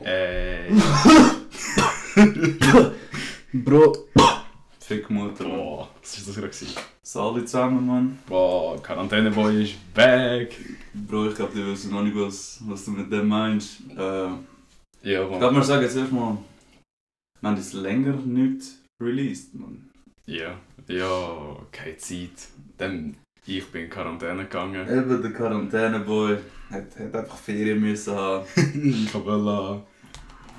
Eh. Ey, Bro. fick Mutter. Mann. Boah, was war das gerade? gewesen? Salut zusammen, Mann. Boah, Quarantäneboy ist back. Bro, ich glaube, die wissen noch nicht, was, was du mit dem meinst. Äh, Ja, ich Mann. glaube, wir sagen jetzt erstmal, wir haben jetzt länger nicht released, Mann. Ja. Ja, keine Zeit. Dann, ich bin in Quarantäne gegangen. Eben der Quarantäneboy hat, hat einfach Ferien müssen haben. Kabella.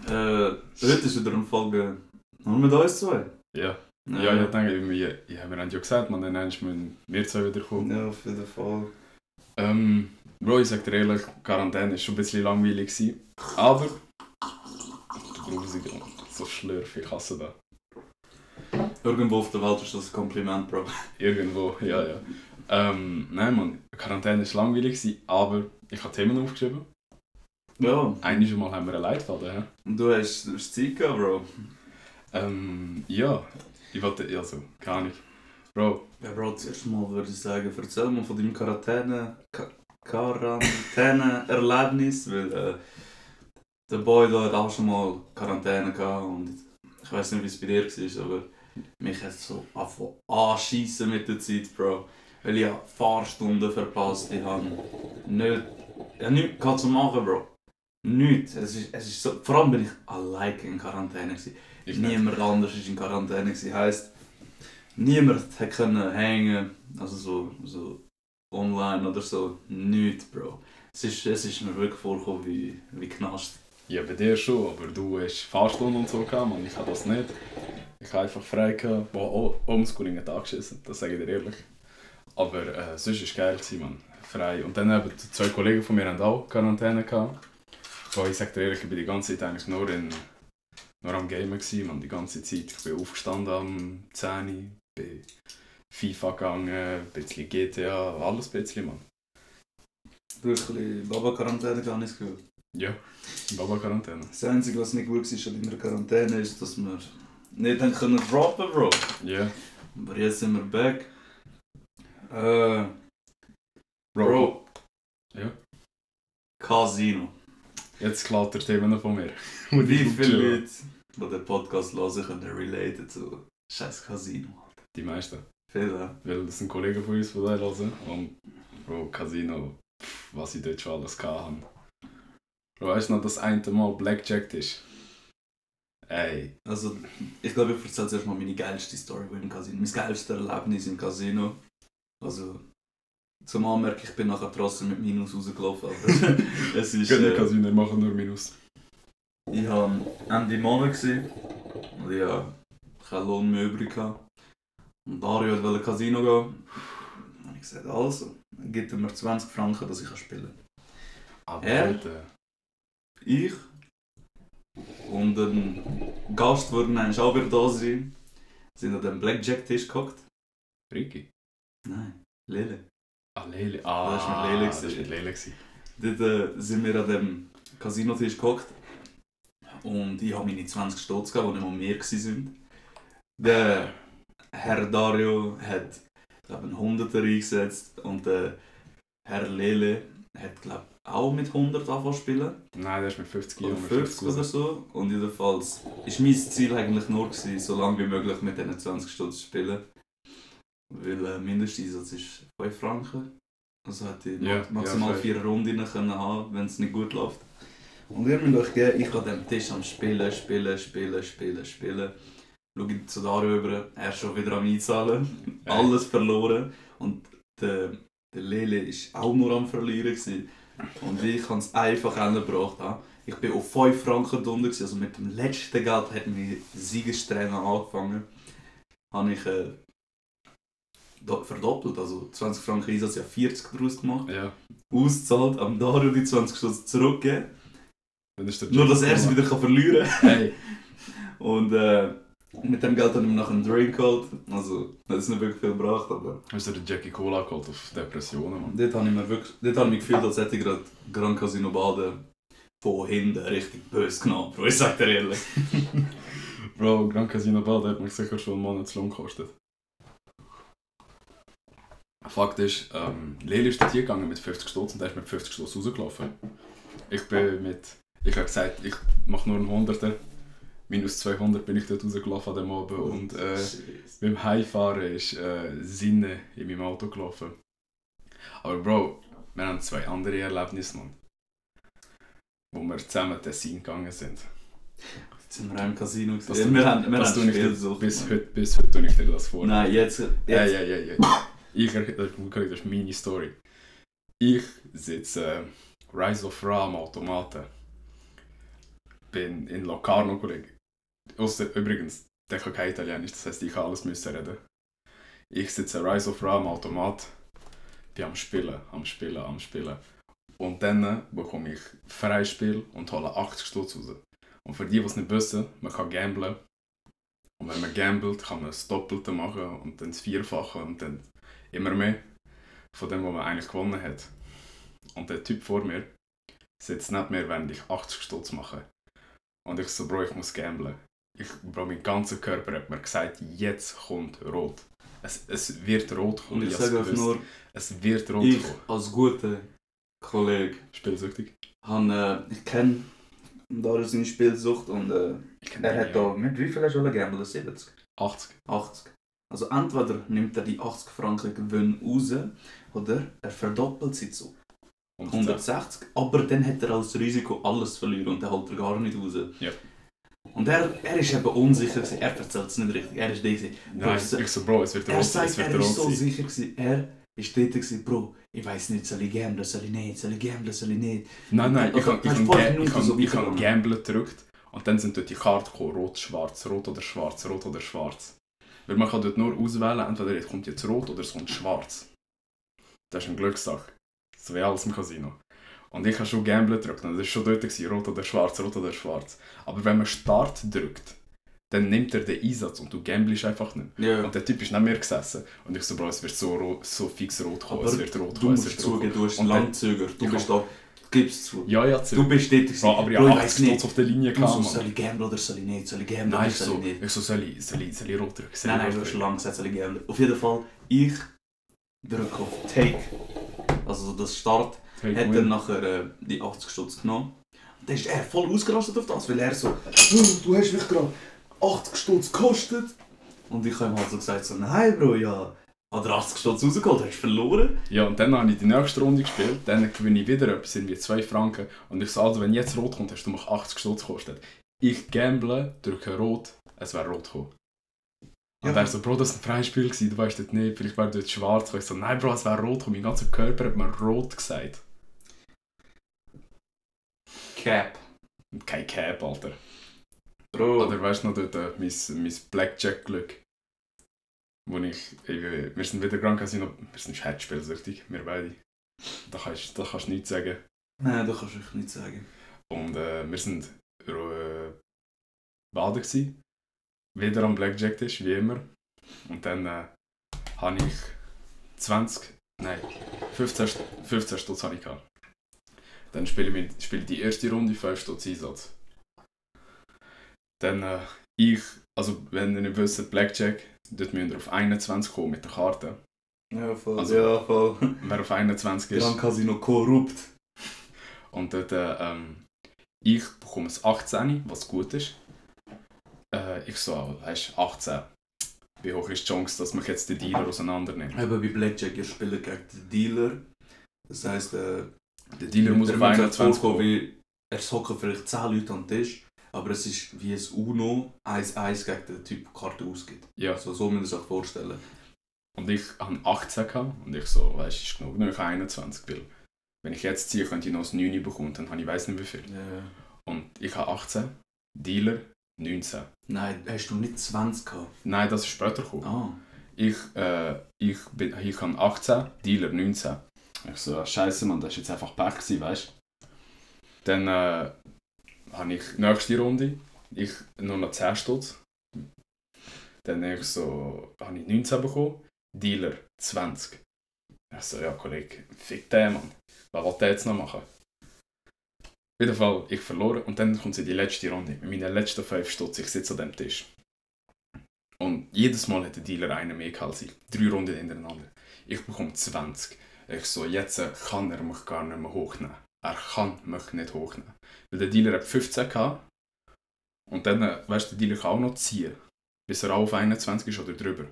Äh, heute ist wieder eine Folge nur mit uns zwei. Ja. Ja, ich denke, wir, ja, wir haben ja gesagt, man, dann müssen wir zwei wiederkommen. Ja, auf jeden Fall. Ähm, Bro, ich sag dir ehrlich, Quarantäne war schon ein bisschen langweilig. Gewesen, aber. Grusig, Mann. so schlürf, ich hasse das. Irgendwo auf der Welt ist das ein Kompliment, Bro. Irgendwo, ja, ja. Ähm, nein, Mann, Quarantäne war langweilig, gewesen, aber ich habe Themen aufgeschrieben. Ja, Einiges Mal haben wir einen Leitfaden. hä? und du hast, du hast Zeit gehabt, Bro. Ähm, ja, ich wollte, also, keine Ahnung. Bro, Ja, Bro, zuerst mal würde ich sagen, erzähl mal von deinem Quarantäne, Ka- Quarantäne-Erlebnis, weil äh, der Boy da hat auch schon mal Quarantäne gehabt und ich weiß nicht, wie es bei dir war, aber mich hat so angefangen anschiessen mit der Zeit, Bro. Weil ich hab Fahrstunden verpasst, ich habe nicht, ich hab nichts gehabt zu machen, Bro. Nichts. Es ist, es ist so, vor allem bin ich allein in Quarantäne. Gewesen. ich nicht. Niemand anders war in Quarantäne. Gewesen. Heisst, niemand hat können hängen. Also so, so online oder so. Nichts, Bro. Es ist, es ist mir wirklich vorgekommen wie, wie Knast. Ja, bei dir schon, aber du hast Fahrstunden und so gehabt, Mann, ich habe das nicht. Ich habe einfach frei gehabt. Boah, oh, Homeschooling hat angeschissen, das sage ich dir ehrlich. Aber äh, sonst war es geil, gewesen, Mann. Frei. Und dann eben die zwei Kollegen von mir haben auch Quarantäne gehabt. Boah, ich sage dir ehrlich, ich war die ganze Zeit eigentlich nur, in, nur am Gamen, gewesen, Mann, die ganze Zeit. Ich bin aufgestanden am 10 Uhr, bin FIFA gegangen, ein bisschen GTA, alles ein bisschen, Mann. Du hast ein bisschen Baba-Quarantäne gar nicht gehört. Ja, Baba-Quarantäne. Das Einzige, was nicht gut war an deiner Quarantäne, ist, dass wir nicht haben können droppen, Bro. Ja. Aber jetzt sind wir back. Äh, Bro, Bro. Ja. Casino. jetzt klaut er Themen von mir. Wie viele Leute, die den Podcast hören, können relaten zu scheiß Casino? Die meisten. Viele. Weil das sind Kollegen von uns, die da hören. Und Bro, Casino, pff, was ich dort schon alles gehabt habe. Bro, weißt du noch, das eine Mal Blackjack ist? Ey, Also, ich glaube, ich erzähle zuerst mal meine geilste Story die im Casino. Mein geilstes Erlebnis im Casino. Also, zum Anmerken, ich bin nachher trotzdem mit Minus rausgelaufen. Aber es ist. gönn dir Äh, Casino, machen nur Minus. ich war Ende Monat gewesen und ich hatte keinen Lohn mehr übrig. gehabt. Und Dario wollte ins Casino gehen. Und ich gesagt, also, dann gibt er mir 20 Franken, dass ich spielen kann. Aber Ja? heute, ich und ein Gast würden eigentlich auch wieder da sein. Sind an dem Blackjack-Tisch gehockt. Ricky. Nein, Lele. Ah, Lele. Ah, Das ist mit Lele Das ist gewesen. mit Lele. gewesen. Dort äh, sind wir an dem Casino-Tisch gehockt. Und ich habe meine 20 Stutz gehabt, die nicht mal mehr waren. Der Herr Dario hat glaub, einen Hunderter eingesetzt und der Herr Lele hat glaub, auch mit 100 angefangen zu spielen. Nein, der ist mit 50 oder Euro. 50 oder so. Und jedenfalls war mein Ziel eigentlich nur, gewesen, so lange wie möglich mit diesen 20 Stunden zu spielen. Weil äh, Mindesteinsatz ist 5 Franken. Also hätte ich ma- Ja, maximal ja, fair. 4 Runden können haben, wenn es nicht gut läuft. Und ihr müsst euch geben, ich an dem Tisch am Spielen, Spielen, Spielen, Spielen, Spielen. Schau ich zu Dario über, er ist schon wieder am Einzahlen. Ja. Alles verloren. Und der, der Lele war auch nur am Verlieren. Gewesen. Und ich habe es einfach angebracht. Ich bin auf 5 Franken drunter, gewesen, also mit dem letzten Geld hat meine Siegestränge angefangen. Habe ich äh, do- verdoppelt, also 20 Franken Einsatz, ja 40 daraus gemacht. Ja, Auszahlt, am Dario die 20 Stunden zurückgeben. dann ist der Nur, dass er es wieder kann verlieren Ey, Und äh, mit dem Geld habe ich mir nachher einen Drink geholt. Also, das hat nicht wirklich viel gebracht, aber... hast du den Jackie Cola geholt auf Depressionen, Mann? Und dort habe ich mir wirklich... Dort habe ich mich gefühlt, als hätte ich gerade Gran Casino Baden von hinten richtig böse genommen, Bro. Ich sag dir ehrlich. Bro, Gran Casino Bad hat mich sicher schon einen Monatslohn gekostet. Fakt ist, ähm, Lele ist dort hingegangen mit 50 Stutz und er ist mit 50 Stutz rausgelaufen. Ich bin mit Ich habe gesagt, ich mache nur einen 100er. Minus 200 bin ich dort rausgelaufen an dem Oh. Abend und äh, Scheiße. beim Heimfahren ist äh, Sinne in meinem Auto gelaufen. Aber Bro, wir haben zwei andere Erlebnisse, Mann. Wo wir zusammen Tessin gegangen sind. Jetzt sind wir auch im Casino Das gesehen. tue Wir haben, wir das haben tue ich dir Spielsucht, bis Mann. heute, bis heute tue ich dir das vor. Nein, jetzt. jetzt. Ja, ja, ja, ja. Ich, das ist meine Story. Ich sitze äh, Rise of Ra am Automaten. Bin in Locarno, Kollege. Ausser, übrigens, der kann kein Italienisch, das heisst, ich kann alles müssen reden. Ich sitze Rise of Ra am Automat. Bin am Spielen, am Spielen, am Spielen. Und dann äh, bekomme ich Freispiel und hole 80 Stutz raus. Und für die, die es nicht wissen, man kann gamblen. Und wenn man gambelt, kann man das Doppelte machen und dann das Vierfache und dann immer mehr von dem, was man eigentlich gewonnen hat. Und der Typ vor mir sitzt nicht mehr, während ich 80 Stutz mache. Und ich so, Bro, ich muss gamblen. Ich, Bro, mein ganzer Körper hat mir gesagt, jetzt kommt rot. Es, es wird rot kommen. Und ich hab's sage euch gewusst. nur, Es wird rot ich kommen. als guter Kollege Spielsüchtig? habe, äh, ich kenne Dario seine Spielsucht und äh, Ich kenne er hat da, mit wie viel hast du gegambelt? 70? 80. 80. Also entweder nimmt er die 80 Franken Gewinn raus oder er verdoppelt sie zu 110. 160, aber dann hat er als Risiko alles zu verlieren und dann holt er gar nicht raus. Ja. Und er, er ist eben unsicher, gewesen. er erzählt es nicht richtig, er ist der, gewesen. Nein, Bro, ich so, Bro, es wird rot, er es sagt, wird er ist rot so sein. sicher, gewesen. er ist dort, gewesen, Bro, ich weiß nicht, soll ich gamblen, soll ich nicht, soll ich gamblen, soll ich nicht. Nein, nein, ich Also, habe ich hast hab, du vorhin ga- ich nur hab, so ich hab mitgenommen? Gamble gedrückt und dann sind dort die Karten gekommen, rot, schwarz, rot oder schwarz, rot oder schwarz. Weil man kann dort nur auswählen, entweder es kommt jetzt rot oder es kommt schwarz. Das ist eine Glückssache. So wie alles im Casino. Und ich habe schon Gamble gedrückt und es war schon dort, gewesen, rot oder schwarz, rot oder schwarz. Aber wenn man Start drückt, dann nimmt er den Einsatz und du gamblest einfach nicht. Ja, Und der Typ ist nicht mehr gesessen. Und ich so, Bro, es wird so, ro- so fix rot kommen, Aber es wird rot du kommen, es wird musst rot kommen. zugeben, du bist Und dann- Landzöger, du Ich bist da, gib's zu. Ja, ja, zu. Du bist dort, gewesen. Bro, aber ich habe Bro, ich 80 weiß nicht. Stutz auf der Linie Du so, gehabt, soll Mann. ich gamblen oder soll ich nicht, soll ich gamblen Nein, oder ich soll ich so, nicht. ich so, soll ich, soll ich, soll ich runterdrücken? Soll ich Nein, nein, du hast runterdrücken? lang gesagt, soll ich gamblen. Auf jeden Fall, ich drücke auf Take, also das Start, Take hat er win. nachher äh, die 80 Stutz genommen. Und dann ist er voll ausgerastet auf das, weil er so, «Du- du hast mich gerade 80 Stutz gekostet. Und ich habe ihm halt so gesagt, so, nein, Bro, ja. Hat er 80 Stutz rausgeholt, hast du verloren. Ja, und dann habe ich die nächste Runde gespielt, dann gewinne ich wieder etwas, irgendwie 2 Franken. Und ich so, also wenn jetzt rot kommt, hast du mich 80 Stutz gekostet. Ich gamble, drücke rot, es wäre rot gekommen. Und Ja. er so, Bro, das war ein Freispiel, gewesen, du weißt das nicht, vielleicht wäre dort schwarz gekommen. Ich so, nein, Bro, es wäre rot gekommen, mein ganzer Körper hat mir rot gesagt. Cap. Und Kein Cap, Alter. Bro. Oder weißt du noch dort äh, mein, mein Blackjack-Glück? Wo ich, irgendwie, wir sind wieder Grand Casino, wir sind Herzspielsüchtig, wir beide. Da kannst, da kannst du nichts sagen. nein, du kannst wirklich nicht sagen. Und äh, wir sind äh, baden gsi, wieder am Blackjack-Tisch, wie immer. Und dann äh, habe ich 20, nein, 15, St- 15 Stutz habe ich gehabt. Dann spiele ich, mit, spiele ich die erste Runde, 5 Stutz Einsatz. Dann äh, ich, also wenn ihr nicht wisst, Blackjack, dort müsst ihr auf 21 kommen mit der Karte. Ja, voll. Also- ja, voll. Wer auf 21 ist, Gran Casino korrupt. Und dort, äh, ähm, ich bekomme es 18, was gut ist. Äh, ich so, weißt 18. Wie hoch ist die Chance, dass mich jetzt die Dealer auseinandernimmt? Eben bei Blackjack, ihr spielt gegen den Dealer. Das heisst, äh, Der Dealer muss auf 21 kommen. wie Er hocken vielleicht 10 Leute am Tisch, aber es ist wie ein UNO 1-1 gegen den Typ, der Karte ausgibt. Ja. Also, so müsst ihr euch vorstellen. Und ich habe 18 gehabt und ich so, weißt ist genug, nur ich habe 21 will. Wenn ich jetzt ziehe, könnte ich noch das 9 bekommen, dann habe ich weiß nicht wie viel. Ja. Und ich habe 18, Dealer 19. Nein, hast du nicht 20 gehabt? Nein, das ist später gekommen. Ah. ich, äh, ich, bin, ich kann 18, Dealer 19. Ich so, ja, scheiße Mann, das war jetzt einfach Pech, gewesen, weißt du? Dann äh, habe ich nächste Runde, ich nur noch 10 Stutz. Dann ich so, habe ich 19 bekommen, Dealer 20. Ich so, ja Kollege, fick den Mann, was will der jetzt noch machen? Auf jeden Fall, ich verloren und dann kommt sie die letzte Runde, mit meinen letzten 5 Stutz, ich sitze an dem Tisch. Und jedes Mal hat der Dealer einen mehr gehabt als ich. Drei Runden hintereinander. Ich bekomme 20. Ich so, jetzt äh, kann er mich gar nicht mehr hochnehmen. er kann mich nicht hochnehmen. Weil der Dealer hat 15 gehabt. Und dann, äh, weißt du, der Dealer kann auch noch ziehen. Bis er auf 21 ist oder drüber.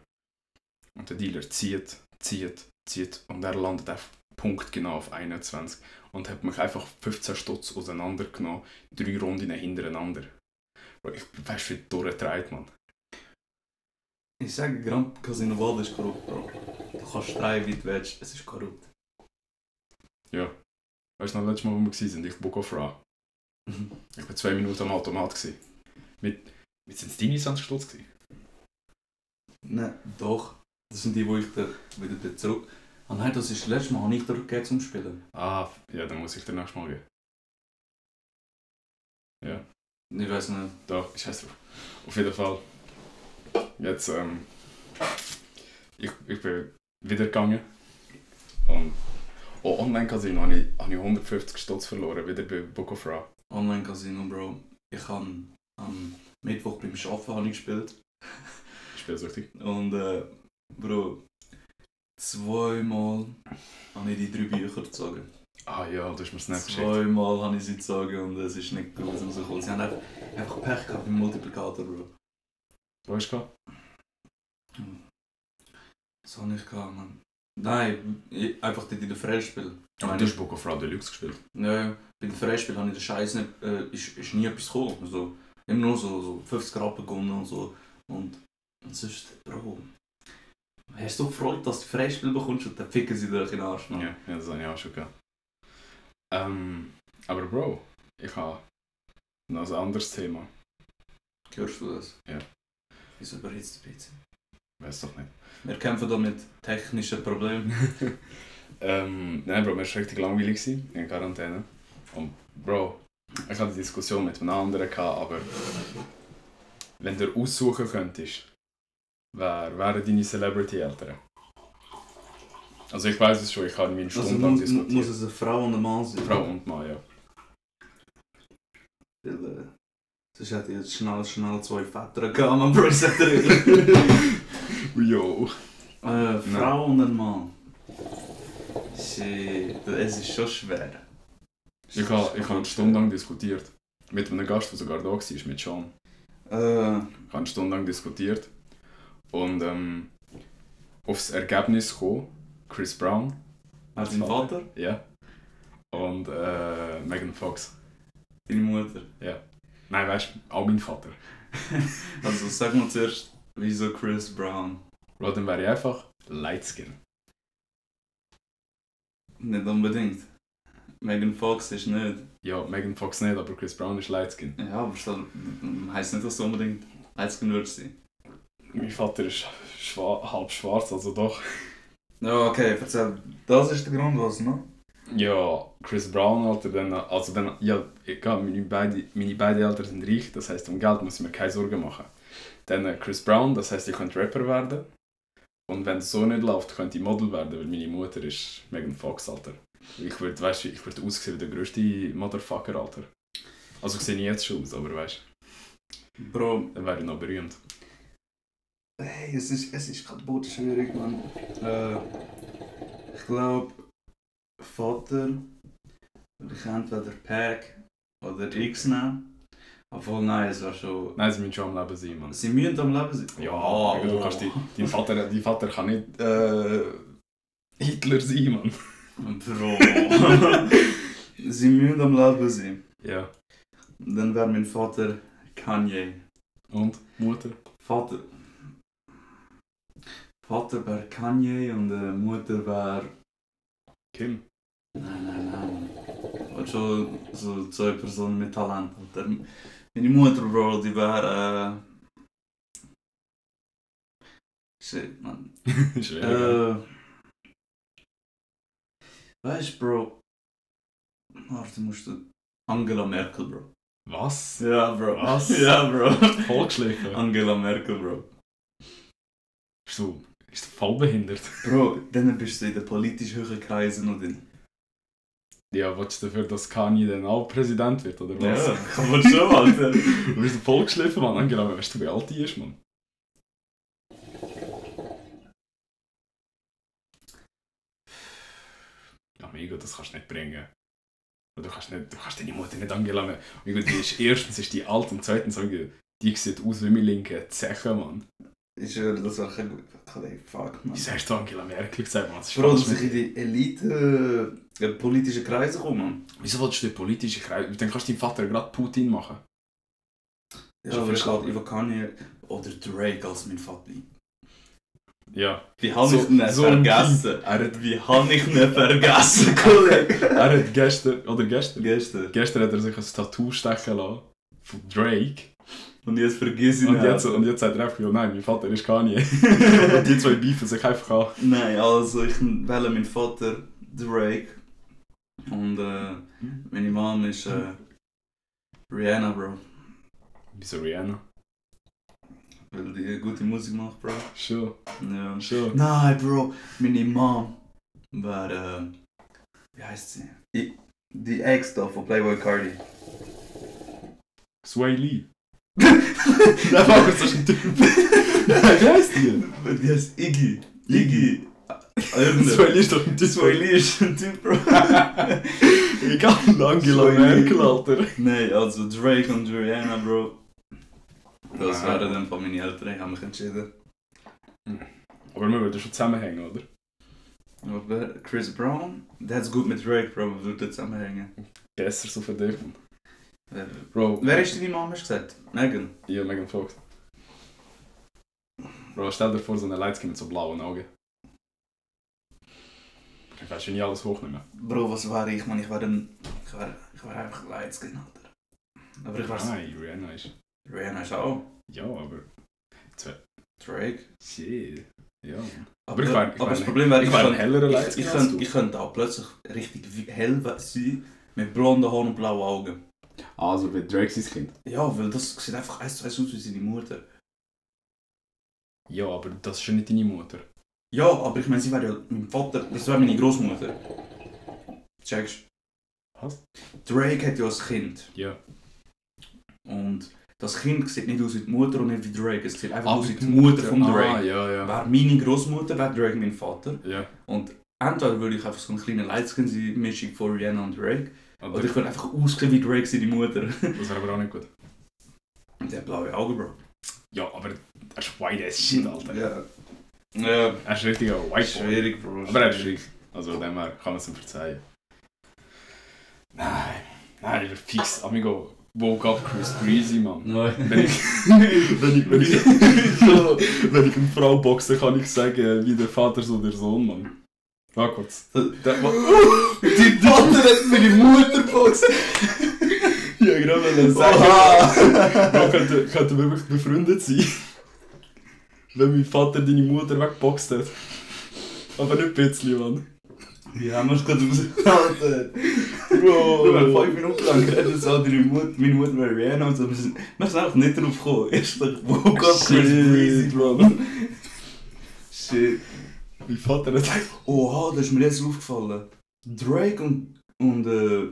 Und der Dealer zieht, zieht, zieht. Und er landet auf Punkt genau auf 21. Und hat mich einfach 15 Stutz auseinandergenommen. Drei Runden hintereinander. Bro, Ich weißt, wie durchdreht man. Ich sage, Grand Casino Walden ist korrupt, Bro. Du kannst schreien, wie du willst, es ist korrupt. Weißt du noch, letztes Mal, wo wir waren, ich Book of Ra. Ich war zwei Minuten am Automat. Gewesen. Mit, mit sind es deine 20 Stutz? gewesen? Nein, doch. Das sind die, die ich dir wieder dir zurück... Ah nein, das ist das letzte Mal, habe ich dir zum Spielen. Ah, ja, dann muss ich dir nächstes Mal gehen. Ich weiß nicht. Doch, scheiß drauf. Auf jeden Fall. Jetzt, ähm. Ich, ich bin wieder gegangen. Und. Oh, Online-Casino habe ich, habe ich 150 Stutz verloren, wieder bei Book of Ra. Online-Casino, Bro. Ich habe am Mittwoch beim Arbeiten habe ich gespielt. Spielsüchtig. Und, äh, Bro, zweimal habe ich die drei Bücher gezogen. Ah ja, du hast mir Snap geschickt. Zweimal habe ich sie gezogen und es ist nicht gut rausgekommen. Sie haben einfach, einfach Pech gehabt beim Multiplikator, Bro. Wo hast du gehabt? Das habe ich gehabt, Mann. Nein, ich, einfach dort in der Freispiel. Aber du hast Book of Ra Deluxe gespielt. Ja, bei den Freispielen habe ich den Scheiß nicht, äh, ist, ist nie etwas gekommen. Also, immer nur so, so 50 Rappen gewonnen und so. Und, und sonst, Bro. Hast du gefreut, dass du Freispiel bekommst und dann ficken sie dich in den Arsch, Mann. Ja, ja, das habe ich auch schon gehabt. Ähm. Aber Bro, ich habe noch ein anderes Thema. Hörst du das? Ja. Ist überhitzt ein bisschen. Weiß doch nicht. Wir kämpfen da mit technischen Problemen. ähm, nein, Bro, mir war richtig langweilig gewesen in Quarantäne. Und Bro, ich hatte eine Diskussion mit einem anderen, gehabt, aber wenn du aussuchen könntest, wer wären deine Celebrity-Eltern? Also ich weiß es schon, ich habe meinen Also Stundenlang muss, diskutiert. muss es eine Frau und ein Mann sein. Frau und Mann, ja. Weil, äh, sonst hätte ich jetzt schnell, schnell zwei Väter gehabt, man, Bro, ich sag dir ehrlich. Jo. Äh, Frau und ein Mann. Shit, es ist schon schwer. Ich habe, ich habe stundenlang diskutiert. Mit einem Gast, der sogar da war, mit Sean. Äh, Ich habe stundenlang diskutiert und ähm, aufs Ergebnis gekommen, Chris Brown, also dein Vater, ja, und äh, Megan Fox. deine Mutter. Nein, weißt du, auch mein Vater. Also sag mal zuerst, wieso Chris Brown? Bro, dann wäre ich einfach Lightskin. Nicht unbedingt. Megan Fox ist nicht. Ja, Megan Fox nicht, aber Chris Brown ist Lightskin. Ja, aber das heisst nicht, dass du unbedingt einzigen würdest sein. Mein Vater ist schwa halb schwarz, also doch. Ja, okay, erzähl. Das ist der Grund, was, ne? Ja, Chris Brown, Alter, dann, also dann, ja, egal, meine beide, meine beide Eltern sind reich, das heißt, um Geld muss ich mir keine Sorgen machen. Dann äh, Chris Brown, das heißt, ich könnte Rapper werden. Und wenn es so nicht läuft, könnte ich Model werden, weil meine Mutter ist Megan Fox, Alter. Ich würde, weißt du, ich würde aussehen wie der größte Motherfucker, Alter. Also, ich sehe jetzt schon aus, aber weißt Bro, du, dann wäre ich noch berühmt. hey, es ist, es ist kaputt schwierig, man. Äh, ich glaube, Vater würde ich entweder Pack oder X nehmen. Obwohl, nein, es war schon... Nein, sie müssen schon am Leben sein, Mann. Sie müssen am Leben sein. Ja, Oh. du kannst die, dein Vater, dein Vater kann nicht äh, Hitler sein, Mann. Bro. Sie müssen am Leben sein. Ja. Dann wäre mein Vater Kanye. Und? Mutter? Vater. Vater wäre Kanye und äh, Mutter wäre. Kim. Nein, nein, nein. Und schon so zwei Personen mit Talent. Und dann meine Mutter, Bro, die wäre. Äh... Shit, man. Schwer. Äh, weißt Bro. Warte, musst du. Angela Merkel, Bro. Was? Ja, Bro. Was? Ja, Bro. Vollgeschliffen? Angela Merkel, Bro. Bist du, bist du voll behindert? Bro, dann bist du in den politisch höheren Kreisen und in. Ja, willst du dafür, dass Kanye dann auch Präsident wird, oder was? Ja, kann man schon, Alter. Du bist vollgeschliffen, Mann. Angela, weißt du, wie alt die ist, Mann? Ja, mega, das kannst du nicht bringen. Und du kannst, nicht, du kannst deine Mutter nicht angelangen. Und gut, die ist, erstens ist die alt und zweitens, irgendwie, die sieht aus wie mein linker Zeche, Mann. Ich schwöre, das war kein guter Kollege. Fuck, man. Ich sagst du Angela Merkel gesagt, Mann. Das ist Bro, falsch, dass ich in die Elite äh, politische Kreise komme. Wieso willst du den politischen Kreis? Dann kannst du deinem Vater gerade Putin machen. Ja, Schon aber ich verstanden. glaube, über Kanye oder Drake als mein Vater. Ja. Wie habe So- ich ihn so ein vergessen? Er hat, Wie habe ich ihn vergessen, Kollege? er hat gestern, oder gestern, Gestern. gestern hat er sich ein Tattoo stechen lassen von Drake. Und jetzt vergiss ich ihn. halt. Und jetzt, und jetzt sagt er einfach, ja, nein, mein Vater ist Kanye. und die zwei beefen sich einfach an. Nein, also ich wähle meinen Vater Drake. Und äh, meine Mom ist äh, Rihanna, Bro. Wieso Rihanna? Weil die gute Musik macht, Bro. Schon, Ja. schon. Nein, Bro, meine Mom war, äh, wie heißt sie? Die, die Ex da von Playboy Cardi. Sway Lee. Nein, Fuck, das ist ein Typ. Nein, wie heisst die? Die heißt Iggy. Iggy. Irgendein- Sway Lee ist doch ein Typ. Sway Lee ist ein Typ, Bro. Egal, Angela Sway Lee. Merkel, Alter. Nein, also Drake und Rihanna, Bro. Das Wow. wären dann von meinen Eltern, ich habe mich entschieden. Aber wir würden schon zusammenhängen, oder? Aber Chris Brown, der hat's gut mit Drake, Bro, wir würden zusammenhängen. Besser so für dich. Mann. Äh, Bro, Wer ist deine Mom, hast du gesagt? Megan? Ja, Megan Fox. Bro, stell dir vor, so eine Leitzke mit so blauen Augen. Ich weiß schon nicht alles hochnehmen. Bro, was war ich, man? Ich war dann... Ich war, ich war einfach Leidensgenotter. Aber ich war... Nein, Rihanna ist. Rihanna ist auch Ja, aber. Drake. Shit. Ja. Aber, ich wär- ich aber wär- das Problem wäre, Ich ich, war ein kann- hellerer ich, Leitzke. ich, könnte, ich könnte auch plötzlich richtig hell sein, mit blonden Haaren und blauen Augen. Also, wie Drake sein Kind. Ja, weil das sieht einfach eins zu eins aus wie seine Mutter. Ja, aber das ist ja nicht deine Mutter. Ja, aber ich meine, sie wäre ja mein Vater, das wäre meine Großmutter. Checkst Was? Drake hat ja ein Kind. Ja. Und das Kind sieht nicht aus wie die Mutter und nicht wie Drake. Es sieht einfach Ah, aus wie mit also die Mutter von Ah, Drake. ja, ja. Wäre meine Großmutter, wäre Drake mein Vater. Ja. Entweder würde ich einfach so einen kleinen Lightskin sein, Mischung von Rihanna und Drake. Oder Aber ich würde einfach aussehen wie Drake seine Mutter. das wäre aber auch nicht gut. Und der hat blaue Augen, Bro. Ja, aber er ist white as shit, Alter. Ja. Ja, Er ist richtig ein white boy. schwierig, Bro. Aber er ist reich. Also von dem her kann man es ihm verzeihen. Nein. Nein, ich bin fix. Amigo, woke up Chris Breezy, Mann. Nein. Wenn ich, wenn ich, wenn ich, wenn ich eine Frau boxe, kann ich sagen, wie der Vater so der Sohn, Mann. Warte kurz. Der- Die Vater hat meine Mutter geboxt. Ja, genau, wenn er Oha. sagt, Bro, könnte, könnte wirklich befreundet sein. Wenn mein Vater deine Mutter weggeboxt hat. Aber nicht ein bisschen, Mann. Ja, man gerade ausgehalten. Bro. Wir haben fünf Minuten lang geredet, so deine Mutter, meine Mutter war Rihanna und so. Wir sind wir sind einfach nicht drauf gekommen. Erst dachte ich, wow, Gott, Chris Breezy, Bro. Mann. Shit. Mein Vater hat Oha, das ist mir jetzt aufgefallen. Drake und, und äh,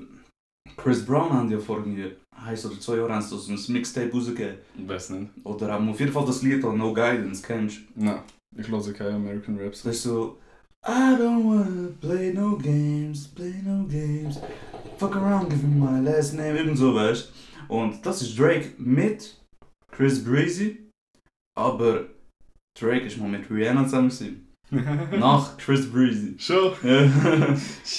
Chris Brown haben ja vor irgendwie eins oder zwei Jahren haben sie so ein Mixtape rausgegeben. Weiß nicht. Oder haben auf jeden Fall das Lied an No Guidance, kennst du? Nein, ich höre keine American Raps. Das ist so... I don't wanna play no games, play no games. Fuck around, give me my last name. Irgend so, weißt du? Und das ist Drake mit Chris Breezy. Aber Drake ist mal mit Rihanna zusammen gewesen. Nou. Nach Chris Breezy. Schon? Hast du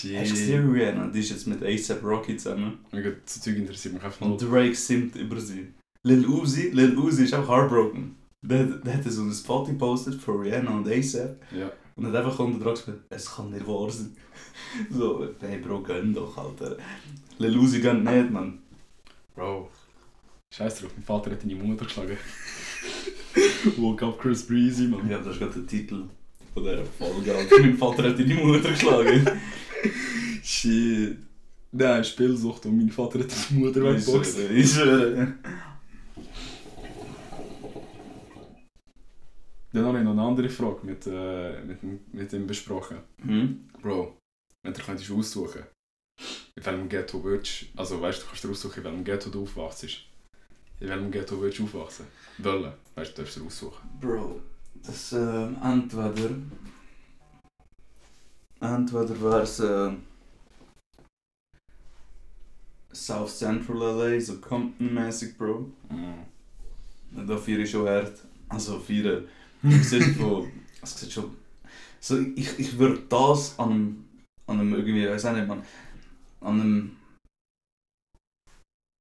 Shit. gesehen, Rihanna? Die ist jetzt mit ASAP Rocky zusammen. Mein Gott, so Zeug interessiert mich einfach Und nicht. Drake simmt über sie. Lil Uzi, Lil Uzi ist auch heartbroken. Der, der hat so einen Spot gepostet für Rihanna und ASAP. Ja. Und hat einfach unter Druck gesagt, es kann nicht wahr sein. So, hey Bro, gönn doch, Alter. Lil Uzi gönnt nicht, Mann. Bro. Scheiß drauf, mein Vater hat deine Mutter geschlagen. Woke up Chris Breezy, Mann. Ja, das ist gerade der Titel von dieser Folge, Alter. mein Vater hat deine Mutter geschlagen. Shit. Nein, Spielsucht und mein Vater hat deine Mutter weggeboxt. Ist, äh, Dann habe ich noch eine andere Frage mit, äh, mit, ihm- mit ihm besprochen. hm? Bro, wenn du könntest aussuchen, in welchem Ghetto würdest du, also weißt du, du kannst dir aussuchen, in welchem Ghetto du aufwachst. In welchem Ghetto würdest du aufwachsen? Wollen, weißt du, du darfst dir aussuchen. Bro, das, ähm, entweder... Entweder wär's, ähm... South Central LA, so Compton-mäßig, Bro. Mhm. Und Da feiere ich schon hart. Also feiern. Mhm. Im Sinne von, es sieht schon... So, ich, ich würde das an einem, an einem irgendwie, weiß auch nicht, man, an einem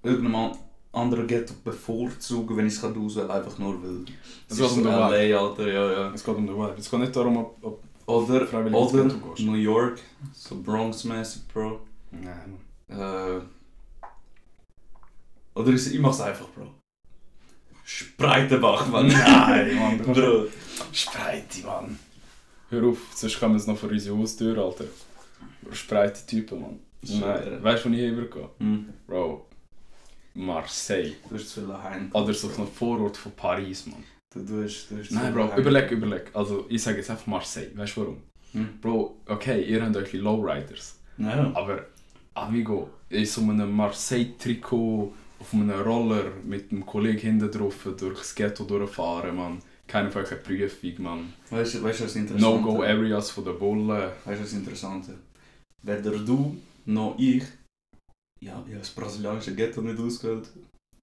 irgendeinem an- anderen Ghetto bevorzugen, wenn ich es auswählen kann, einfach nur weil... Es geht um den LA, Vibe. Alter, ja, ja. Es geht um den Vibe. Es geht nicht darum, ob... ob Oder, Freiwillig ins oder Ghetto gehst. New York, so Bronx-mäßig, Bro. Nein. Äh, oder ich, ich mach's einfach, Bro. Spreitenbach, Mann. Nein, Mann. du kannst- Bro. Spreite, Mann. Hör auf, sonst kommen sie noch vor unsere Haustür, Alter. Spreite Typen, Mann. Nein. Nein. Weißt du, wo ich übergehe? Hm, Bro. Marseille. du hast zu viel daheim. Oder so ein Vorort von Paris, Mann. Du, du hast, du hast zu Nein, viel Bro, daheim. überleg, überleg. Also, ich sage jetzt einfach Marseille. Weißt du warum? Hm. Bro, okay, ihr habt eure Lowriders. Ja. Aber, Amigo, in so einem Marseille-Trikot auf einem Roller mit einem Kollegen hinten drauf durchs Ghetto durchfahren, Mann. Keine fucking Prüfung, Mann. Weißt du, weißt du, was Dus interessant No-Go-Areas von der Bullen. Weißt du, was interessant ist? Weder du noch ich, ja, ich habe das brasilianische Ghetto nicht ausgewählt.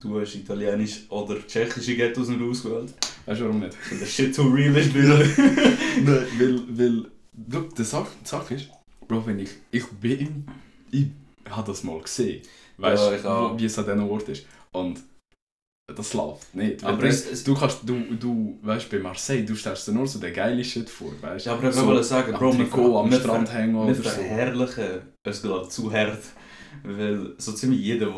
Du hast italienisch oder tschechische Ghettos nicht ausgewählt. Weißt du warum nicht? Weil der shit too real ist, wieder. Nein, weil, weil, Schau, die Sache, die Sache ist, Bro, wenn ich, ich bin, im- ich habe das mal gesehen, Ja, weißt ich du, auch. wo- wie es an diesem Ort ist, und das läuft nicht. Weil Aber der- es- es- du kannst, du, du, weißt bei Marseille, du stellst dir nur so den geilen Shit vor, weißt du. Ja, aber ich so, wollte sagen, Bro, am wir, Trikot am wir, Strand hängen wir oder so. verherrlichen es gerade zu hart. Weil so ziemlich jeder, der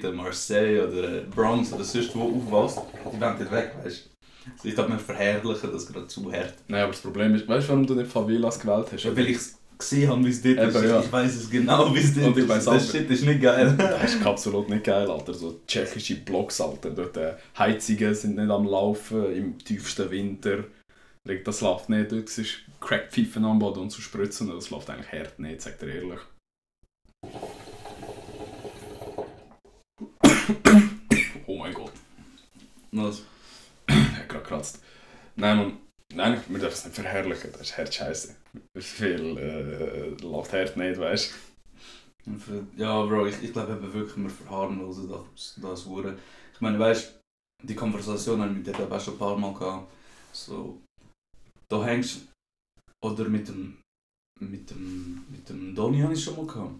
dort in Marseille oder äh, Bronx oder sonst wo aufwächst, die wollen dort weg, weißt du. Also ich glaube, wir verherrlichen das gerade zu hart. Nein, aber das Problem ist, weißt du, warum du nicht Favelas gewählt hast? Weil ich gesehen habe, wie es dort ist. Eben, ja. Ich weiß es genau, wie es dort Und ich ist. weiss das auch- Shit ist nicht geil. Das ist absolut nicht geil, Alter. So tschechische Blocks, Alter. Dort äh, Heizungen sind nicht am Laufen im tiefsten Winter. Das läuft nicht. Dort ist Crackpfeifen am Boden und zu spritzen. Das läuft eigentlich hart nicht, sagt er ehrlich. Oh mein Gott, Was? er hat gerade gekratzt. Nein, man, nein, wir dürfen es nicht verherrlichen. Das ist hart scheiße. Viel äh, läuft hart nicht, weißt du? Ja, Bro, ich, ich glaube eben wirklich, wir verharmlosen das, das Hure. Ich meine, weißt du, die Konversation habe ich mit dir eben auch schon ein paar Mal gehabt. So, da hängst Oder mit dem. Mit dem. Mit dem Donny habe ich schon mal gehabt.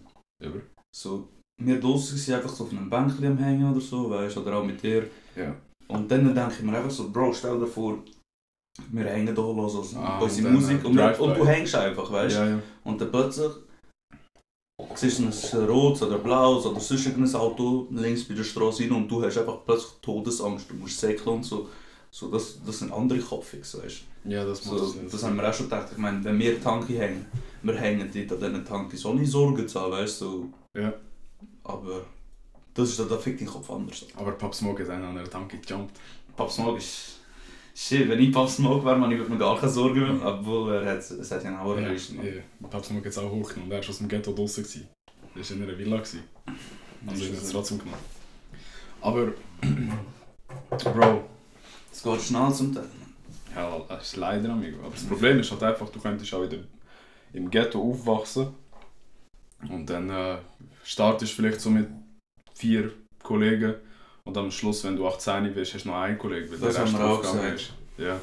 Über? So, wir draussen sind einfach so auf einem Bänkchen am Hängen oder so, weißt du, oder auch mit dir. Ja. Und dann denke ich mir einfach so, Bro, stell dir vor, wir hängen da los, also Ah, unsere und dann, Musik äh, und, wir- Drive-by. und du hängst einfach, weißt du? Ja, ja. Und dann plötzlich siehst du ein rotes oder blaues oder sonst irgendein Auto links bei der Straße rein und du hast einfach plötzlich Todesangst. Du musst säckeln und so. so das, das sind andere Kopfix, weißt Ja, das du. muss So, das haben wir auch schon gedacht. Ich meine, wenn wir Tanki hängen, wir hängen dort an diesen Tanki so nicht Sorgen zu haben, weißt du. Ja. Aber das ist, da- da fickt dein Kopf anders. Aber Pop Smoke hat einen an der Tanke gejumpt. Pop Smoke ist... Shit, wenn ich Pop Smoke wäre, man, ich würde mir gar keine Sorgen machen. Obwohl, er hat, es hat ja einen ne? Hauer gerissen. ja. Pop Smoke hat es auch hochgenommen. Der war aus dem Ghetto draussen. gewesen. Der war in einer Villa. gewesen. Also ich hat es trotzdem genommen. Aber, Bro, Es geht schnell zum Teil. ja, das ist leider, amigo. Aber das Problem ist halt einfach, du könntest auch wieder im Ghetto aufwachsen. Und dann äh, startest du vielleicht so mit vier Kollegen. Und am Schluss, wenn du 18 bist, hast du noch einen Kollegen, weil Das der haben Rest wir auch aufgegangen gesagt. ist. Ja.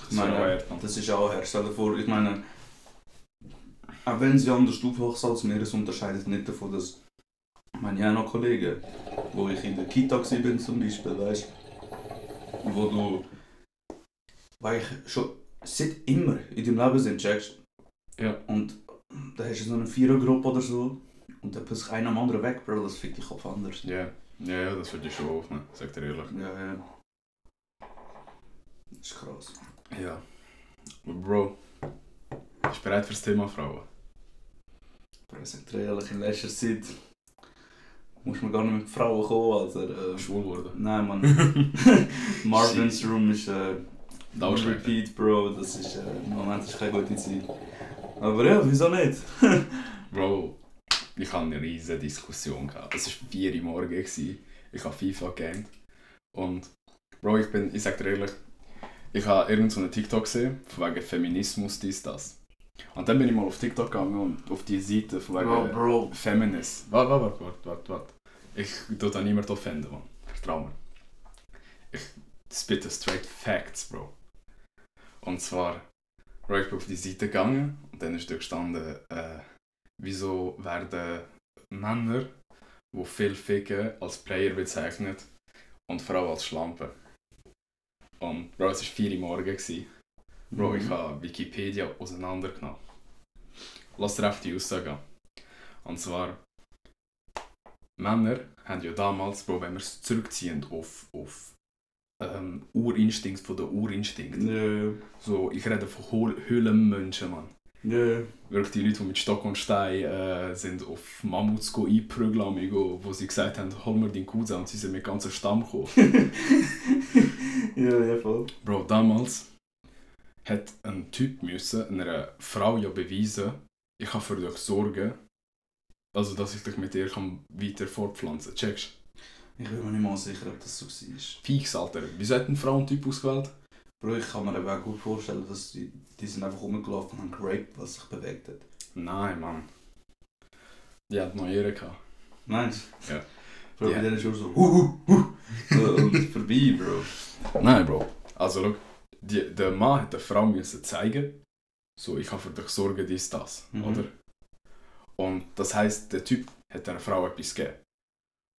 Das Ich meine, war auch hart, Mann. Das ist auch her. Stell dir vor, ich meine, auch wenn sie anders aufwachsen als mir, es unterscheidet nicht davon, dass ich meine, ich habe noch Kollegen, wo ich in der Kita gsi bin zum Beispiel, weißt du, wo du, weil ich schon seit immer in deinem Leben sind, checkst Ja. Und da hast du so eine Vierergruppe oder so und dann plötzlich einer am anderen weg, Bro, das fickt dich auf anders. Ja, ja, ja, das würde ich schon aufnehmen, sagt er ehrlich. Ja, ja. Das ist krass. Ja. Bro, bist du bereit fürs Thema Frauen? Bro, ich sag dir ehrlich, in letzter Zeit muss man gar nicht mit Frauen kommen, Alter. Äh, Schwul worden. nein, Mann. Marvin's Room ist äh, Da war schlecht. Repeat, Bro. Das ist, äh, im Moment ist keine gute Zeit. Aber ja, wieso nicht? Bro, ich hatte eine riesige Diskussion. gehabt. Es war 4 Uhr morgens. Ich habe FIFA gegamed. Und, Bro, ich bin, ich sag dir ehrlich, ich habe irgend so einen TikTok gesehen, von wegen Feminismus, dies, das. Und dann bin ich mal auf TikTok gegangen und auf die Seite von wegen... Bro, Bro. Feminist. Warte, warte, warte, warte, warte, warte. Ich tu da niemand offenden, Mann. Vertrau mir. Ich spitte straight Facts, Bro. Und zwar, Bro, ich bin auf die Seite gegangen und dann ist da gestanden, äh, wieso werden Männer, die viel ficken, als Player bezeichnet und Frauen als Schlampe. Und Bro, es war 4 Uhr morgens. Bro, Mhm. ich habe Wikipedia auseinandergenommen. Lass dir auf die Aussage an. Und zwar, Männer haben ja damals, Bro, wenn wir es zurückziehen auf, auf ähm, Urinstinkt von der Urinstinkt. Ja, So, ich rede von Hol- Höhlenmenschen, Mann. ja. Wirklich die Leute, die mit Stock und Stein äh, sind auf Mammuts go einprügeln, amigo, wo sie gesagt haben, hol mir deinen Cousin und sie sind mit ganzen Stamm gekommen. ja, ja, voll. Bro, damals hat ein Typ müssen einer Frau ja beweisen, ich kann für dich sorgen, also dass ich dich mit dir kann weiter fortpflanzen. Checkst? Ich bin mir nicht mal sicher, ob das so war. Fix, Alter. Wieso hat eine Frau einen Typ ausgewählt? Bro, ich kann mir eben auch gut vorstellen, dass die, die sind einfach rumgelaufen und haben geraped, was sich bewegt hat. Nein, Mann. Die hat noch Ehre gehabt. Nice. Ja. Bro, Ja. bei denen ist auch so, hu, hu, hu. So, und vorbei, Bro. Nein, Bro. Also, schau, die, der Mann hat der Frau müssen zeigen, so, ich kann für dich sorgen, dies, das, Mhm. oder? Und das heißt, der Typ hat der Frau etwas gegeben.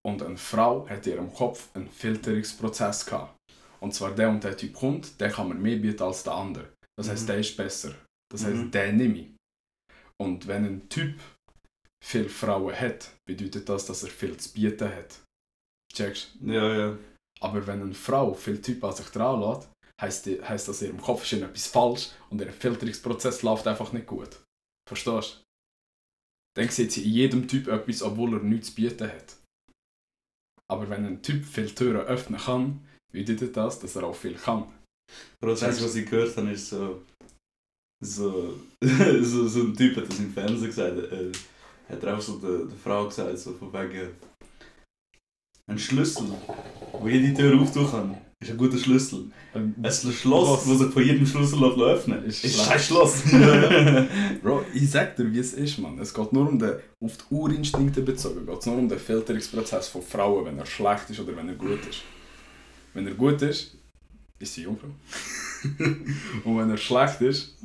Und eine Frau hat in ihrem Kopf einen Filterungsprozess gehabt. Und zwar der und der Typ kommt, der kann mir mehr bieten als der andere. Das heißt, Mhm. der ist besser. Das heißt, Mhm. den nehme ich. Und wenn ein Typ viele Frauen hat, bedeutet das, dass er viel zu bieten hat. Checkst? Ja, ja. Aber wenn eine Frau viel Typ an sich dran lässt, heisst, die- heisst das, in ihrem Kopf ist etwas falsch und ihr Filterungsprozess läuft einfach nicht gut. Verstehst du? Dann sieht sie in jedem Typ etwas, obwohl er nichts zu bieten hat. Aber wenn ein Typ viele Türen öffnen kann, bedeutet das, dass er auch viel kann. Bro, das Einzige, was ich gehört habe, ist so... So, so, so ein Typ hat das im Fernsehen gesagt. Äh, hat er auch so der, der Frau gesagt, so von wegen... Ein Schlüssel, wo jede Tür auftun kann, ist ein guter Schlüssel. Ein Schloss, das sich von jedem Schlüssel öffnen lässt, Ist ist schlecht. kein Schloss. Bro, ich sag dir, wie es ist, Mann. Es geht nur um den, auf die Urinstinkte bezogen, geht nur um den Filterungsprozess von Frauen, wenn er schlecht ist oder wenn er gut ist. Wenn er gut ist, ist sie Jungfrau. Und wenn er schlecht ist,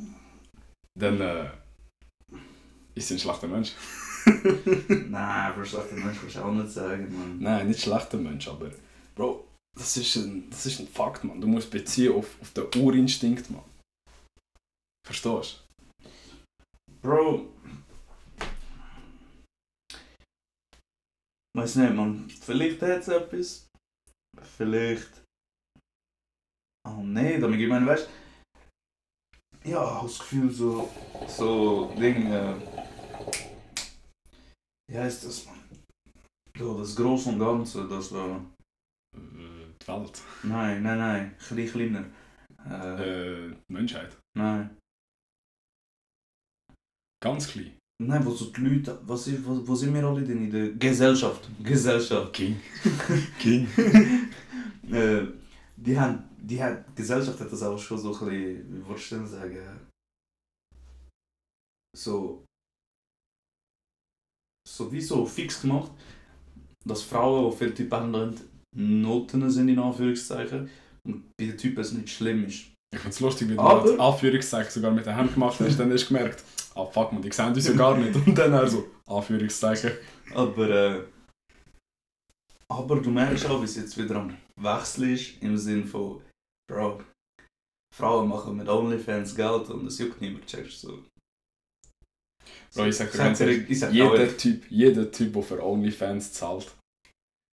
dann äh, ist sie ein schlechter Mensch. Nein, für schlechte Menschen kannst du auch nicht sagen, Mann. Nein, nicht schlechter Mensch, aber Bro, das ist ein, das ist ein Fakt, Mann. Du musst beziehen auf, auf den Urinstinkt, Mann. Verstehst du? Bro. Weiß nicht, man. Vielleicht hat es etwas. Vielleicht. Oh nee, damit ich meine, weißt Ja, ich hab das Gefühl, so. So, Ding. Äh, wie heißt das, man? So, das Große und Ganze, das da. Äh, Die Welt. Nein, nein, nein. Klein, kleiner. Äh, Äh, die Menschheit. Nein. Ganz klein. Nein, wo so die Leute. Was, ist, was, wo sind wir alle denn in der Gesellschaft? Gesellschaft. King. King. Äh, die haben, die haben, die Gesellschaft hat das auch schon so ein bisschen, wie würdest du denn sagen, so, so wie so fix gemacht, dass Frauen, die viele Typen haben, lernt, Noten sind in Anführungszeichen und bei den Typen es nicht schlimm ist. Ich find's lustig, wie du Aber- das Anführungszeichen sogar mit den Händen gemacht hast, dann hast du gemerkt, ah fuck man, die sehen uns ja gar nicht. Und dann er so, Anführungszeichen. Aber, äh, aber du merkst auch, wie es jetzt wieder am Wechsel ist, im Sinn von, Bro, Frauen machen mit OnlyFans Geld und es juckt niemand, checkst du so. Bro, ich sag dir Sagt ganz er- ehrlich, ich sag auch jeder ehrlich, Typ, jeder Typ, der für OnlyFans zahlt,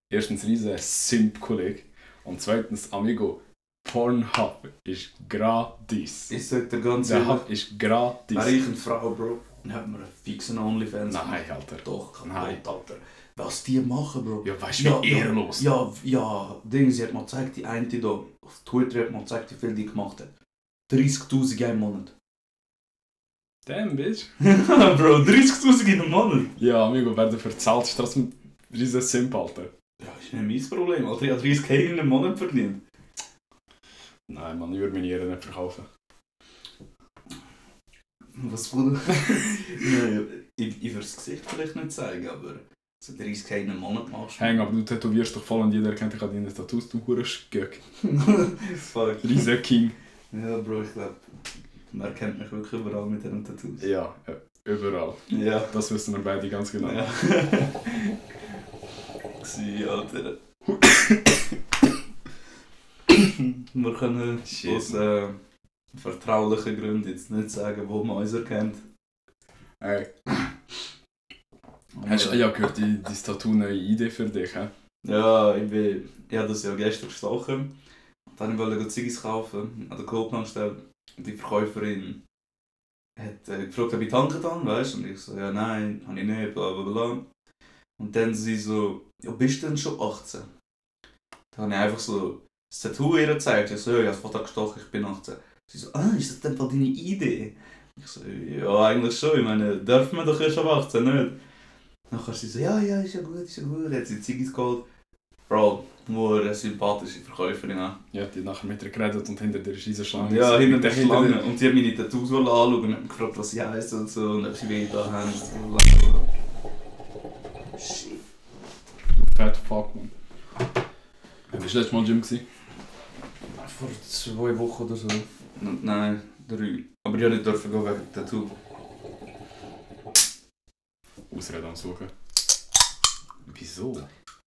erstens riesen Simp-Kollege und zweitens, Amigo, Pornhub ist gratis. ich sag dir ganz Der ehrlich, Hub ist wäre gratis. ich eine Frau, Bro, dann hätten wir einen fixen Onlyfans. Nein, Alter. Doch, kaputt, Nein. Alter. Was die machen, Bro. Ja, weißt du, wie ehrenlos. Ja, ja, Ding, sie hat mal gezeigt, die eine da, auf Twitter hat mal gezeigt, wie viel die gemacht hat. 30'000 im Monat. Damn, bitch. Bro, 30'000 in einem Monat. Ja, Amigo, wer dafür zahlt, ist trotzdem riesen Simp, Alter. Ja, ist nicht mein Problem, Alter. Ich habe 30 Euro in einem Monat verdient. Nein, man, ich würde meine Ehre nicht verkaufen. Was wurde? ich ich würde das Gesicht vielleicht nicht zeigen, aber So 30 K in einem Monat machst. Häng, aber du tätowierst doch voll und jeder erkennt, ich habe deine Tattoos, du Hurenschgöck. Fuck. Riese King. Ja, Bro, ich glaube, man kennt mich wirklich überall mit diesen Tattoos. Ja, äh, überall. Ja. Das wissen wir beide ganz genau. Ja. Sie, Alter. wir können Shit, aus äh, vertraulichen Gründen jetzt nicht sagen, wo man uns erkennt. Hey, hast du ah, ja gehört, die, die Tattoo neue Idee für dich, hä? Ja, ich, bin, ich habe das ja gestern gestochen. Dann wollte ich Ziggis kaufen an der Coop-Tankstelle. Und Die Verkäuferin hat äh, gefragt, ob ich tanken kann, weißt du? Und ich so, ja nein, habe ich nicht, bla bla bla. Und dann sie so, ja bist du denn schon 18? Dann habe ich einfach so das Tattoo ihr gezeigt. Ich so, ja, ich habe es vorher gestochen, ich bin 18. Sie so, ah, ist das denn voll deine Idee? Ich so, ja, eigentlich schon. Ich meine, darf man doch erst ab 18, nicht? Dann kannst du so, ja, ja, ist ja gut, ist ja gut. Dann hat sie Ziggis geholt. Bro, nur eine sympathische Verkäuferin. Ja, Ja, die hat nachher mit dir geredet und hinter dir ist diese Schlange. ja Sie- hinter der hinter Schlange. Und die hat meine Tattoos wollen anschauen und gefragt, was sie heisst und so. Und ob sie welche da haben. und so. Shit. Fat fuck, man. Wann warst du letztes Mal im Gym? Gewesen? Vor zwei Wochen oder so. Nein, drei. Aber ich durfte nicht dürfen gehen wegen Tattoo. Ausreden am Suchen. Wieso?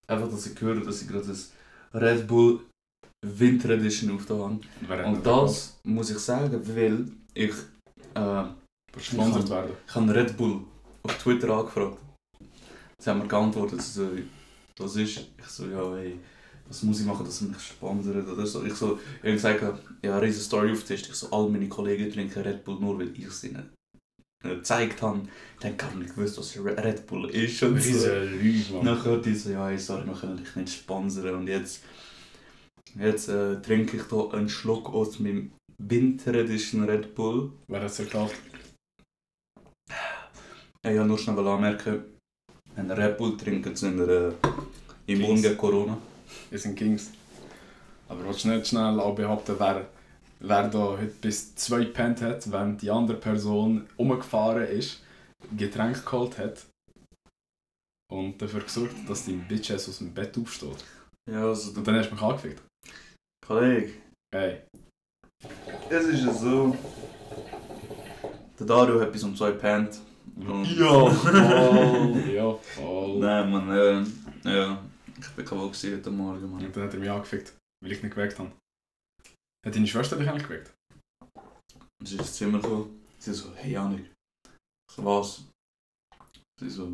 Einfach, dass ich höre, dass ich gerade das Red Bull Winter Edition auf der Hand. Und wer hat Und denn da das muss ich sagen, weil ich. Äh, Gesponsert werden. Ich habe Red Bull auf Twitter angefragt. Sie haben mir geantwortet, sie so, das ist. Ich so, ja, hey, was muss ich machen, dass sie mich sponsern oder so. Ich so, ich habe gesagt, ja, eine riesige Story auf den Tisch. Ich so, all meine Kollegen trinken Red Bull nur, weil ich es ihnen äh, gezeigt habe. Dann haben nicht gewusst, was Re- Red Bull ist und so. Riese Lüge, Mann. Nachher die so, ja, hey, sorry, wir können dich nicht sponsern. Und jetzt, jetzt äh, trinke ich hier einen Schluck aus meinem Winter Edition Red Bull. Wer hat es erkauft? Ich wollte nur schnell anmerken, wenn ihr Red Bull trinkt, sind ihr äh, immun Kings. gegen Corona. Wir sind Kings. Aber willst du nicht schnell auch behaupten, wer, wer da heute bis zwei gepennt hat, wenn die andere Person umgefahren ist, Getränk geholt hat und dafür gesorgt, dass dein Bitch-Ass aus dem Bett aufsteht. Ja, also Und dann hast du mich angefickt. Kollege, Hey, es ist ja so. Der Dario hat bis um 2 gepennt. Und- voll, ja, voll. Oh. Nein, Mann, äh, ja. Ich bin kaputt gewesen heute Morgen, Mann. Und dann hat er mich angefickt, weil ich nicht geweckt habe. Hat deine Schwester dich eigentlich geweckt? Und sie ist ins Zimmer gekommen. Sie so, hey Janik. Ich so, was? Sie so,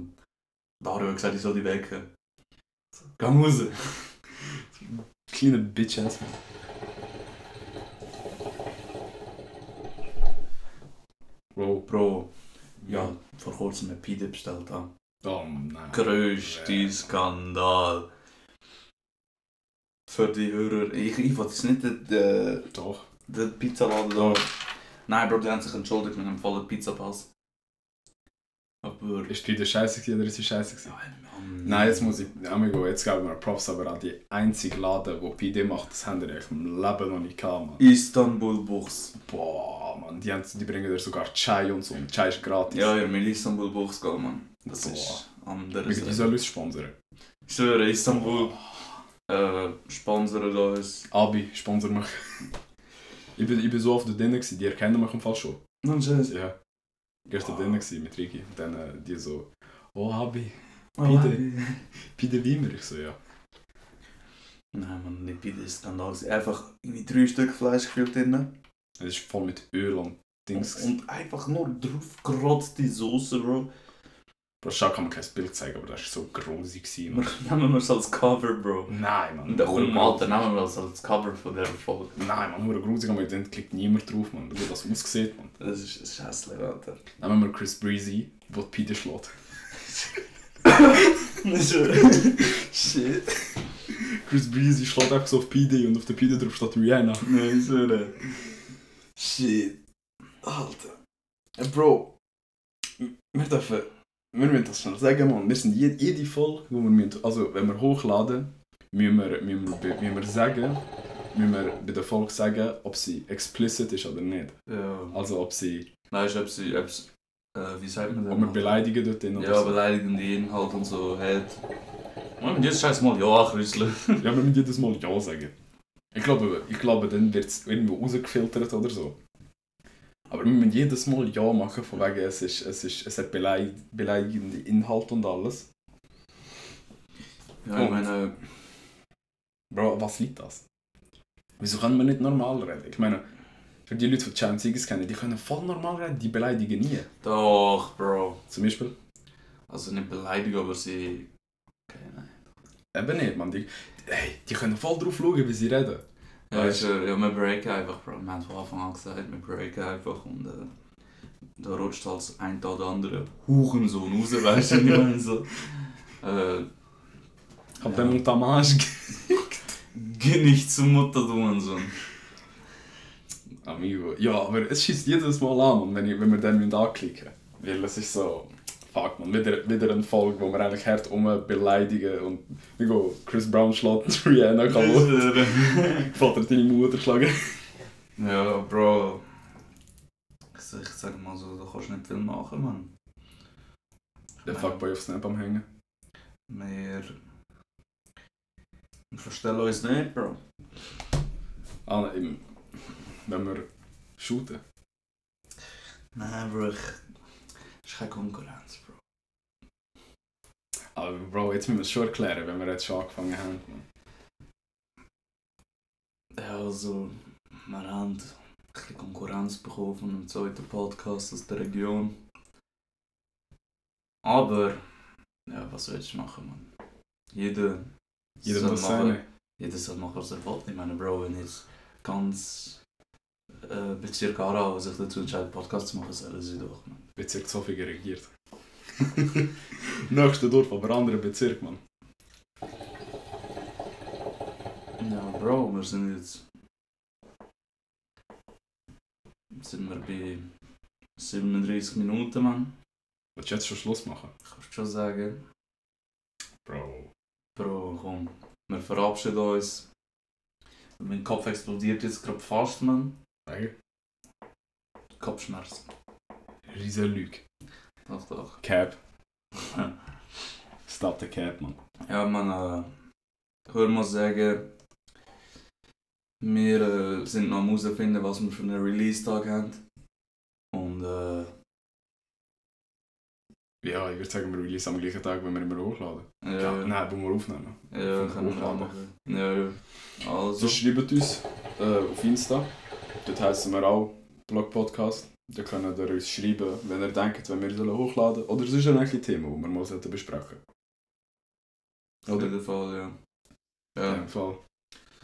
Dario hat gesagt, ich soll dich wecken. Ich So, Geh raus. Kleine Bitch-Ass. Wow. Bro, ja, vor kurzem eine Pide bestellt. Ah. Oh nein. Größte Skandal. Für die Hörer. Ich, ich wollte es nicht den, den, Doch. den Pizzaladen da. Nein, Bro, die haben sich entschuldigt mit einem vollen Pizzapass. Aber. Ist die wieder scheiße gewesen oder ist sie scheiße gewesen? Nein, Mann. Nein, jetzt muss ich. Amigo, jetzt geben wir Props, aber an die einzige Laden, die PD macht, das haben wir echt im Leben noch nicht gehabt, Mann. Istanbul Buchs. Boah, Mann, die, haben, die bringen dir sogar Chai und so. Und Chai ist gratis. Ja, ihr müsst Istanbul Buchs gehen, Mann. Das Boah. ist anders. Wegen die sollen uns sponsern. Ich schwöre, Istanbul äh, sponsert uns. Abi, sponsor mich. ich, bin, ich bin so oft dort drin, gewesen, die erkennen mich im Fall schon. Nein, Scheiße. Ja. Gestern Wow. drin gewesen mit Rigi. Und dann äh, die so, oh Abi, Oh, Pide. Pide Wiemer. Ich so, ja. Nein, Mann, die Pide ist Skandal. Einfach irgendwie drei Stück Fleisch gefüllt drinnen. Das ist voll mit Öl und Dings. gewesen. Und einfach nur drauf gerotzt die Soße, Bro. Bro, schau, kann man kein Bild zeigen, aber das war so grusig. gewesen, Mann. Nehmen wir es als Cover, Bro. Nein, Mann. Und dann kommt Hure Alter, nehmen wir es als Cover von dieser Folge. grusig. Nein, Mann, hure grusig, aber dann klickt niemand drauf, Mann. Wie das aussieht, Mann. Das ist das ist hässlich, Alter. Nehmen wir Chris Breezy, der die Pide schlägt. Shit. Chris Breezy schlägt einfach so auf Pide und auf der Pide drauf steht Rihanna. Nein, so Shit. Alter. Äh, Bro, wir dürfen, wir müssen das schon sagen, Mann. Wir sind jede, jede Folge, wo wir müssen, also wenn wir hochladen, müssen wir, müssen wir, be- müssen wir sagen, müssen wir bei der Folge sagen, ob sie explicit ist oder nicht. Ja. Also ob sie Weißt du, ob sie, ob sie äh, wie sagt man Wo wir denn? beleidigen dort drin oder Ja, so. beleidigende Inhalte halt und so hat. Und jetzt scheiß mal ja ankrüsseln. Ja, wir müssen jedes Mal dus Ja sagen. Ich glaube, ich glaube dann wird es irgendwo rausgefiltert oder so. Aber wir müssen jedes Mal dus Ja machen, von wegen es, ist, es, ist, es hat beleid beleidigende Inhalte und alles. Ja, ich Und? meine, Bro, was liegt das? Wieso können wir nicht normal reden? Ich meine, für die Leute, die Champions League kennen, die können voll normal reden, die beleidigen nie. doch, Bro. Zum Beispiel, Also nicht beleidigen, aber sie. Okay, nein. eben nicht, man. Die, hey, die können voll drauf schauen, wie sie reden. Ja, Weißt ist, äh, ja, wir breaken einfach, Bro. Wir haben von Anfang an gesagt, wir breaken einfach und äh, da rutscht halt das ein oder andere Hurensohn raus, weißt du, ich meine so. Äh, Ich hab Ja. dem unter den Arsch ge- geh nicht zur Mutter, du Hurensohn. Amigo. Ja, aber es schießt jedes Mal an, Mann, wenn, ich, wenn wir dann mit anklicken. Weil es ist so, fuck man, wieder, wieder eine Folge, wo wir eigentlich hart um beleidigen und wie go, Chris Brown schlägt Rihanna kaputt. Vater deine Mutter schlagen. ja, Bro. Ich, sag- ich sag mal so, da kannst du nicht viel machen, Mann. Der Fuckboy auf Snap am Hängen. Wir. Wir verstellen uns nicht, Bro. Ah, nein, eben. Wenn wir shooten. Nein, Bro, ich. Das ist keine Konkurrenz, Bro. Aber Ah, Bro, jetzt müssen wir es schon erklären, wenn wir jetzt schon angefangen haben. Mann. Ja, also, wir haben ein bisschen Konkurrenz bekommen von einem zweiten Podcast aus der Region. Aber, ja, was willst du machen, Mann? Jeder, Jeder soll muss machen, sein. Jeder soll machen, was er will. Ich meine, Bro, wenn jetzt ganz äh, Bezirk Aarau sich dazu entscheidet, Podcast zu machen, sollen sie doch, Mann. Bezirk Zofingen regiert. Nächster Dorf, aber anderer Bezirk, Mann. Ja, Bro, wir sind jetzt... Sind wir bei 37 Minuten, Mann. Willst du jetzt schon Schluss machen? Kannst du schon sagen. Bro. Bro, komm, wir verabschieden uns. Mein Kopf explodiert jetzt gerade fast, Mann. Danke. Kopfschmerzen. Riesen Lüge. Doch, doch. Cap. Stop the cap, man. ja, Mann, äh, ich würde mal sagen, wir äh, sind noch am herausfinden, was wir für einen Release-Tag haben. Und äh, Ja, ich würde sagen, wir release am gleichen Tag, wenn wir immer hochladen. ja, Ja. ja, Nein, wo wir aufnehmen. ja, Vom können wir Hochladen. machen. Ja, ja. Also, Also schreibt uns äh, auf Insta. Dort heißen wir auch Blog Podcast. Da könnt ihr uns schreiben, wenn ihr denkt, wenn wir sollen hochladen Oder es ist ein eigenes dus Thema, das wir mal sollten besprechen auf Oder? jeden Fall, ja. Ja. Ja, In dem Fall.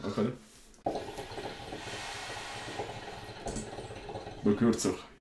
Okay. Begrüßung.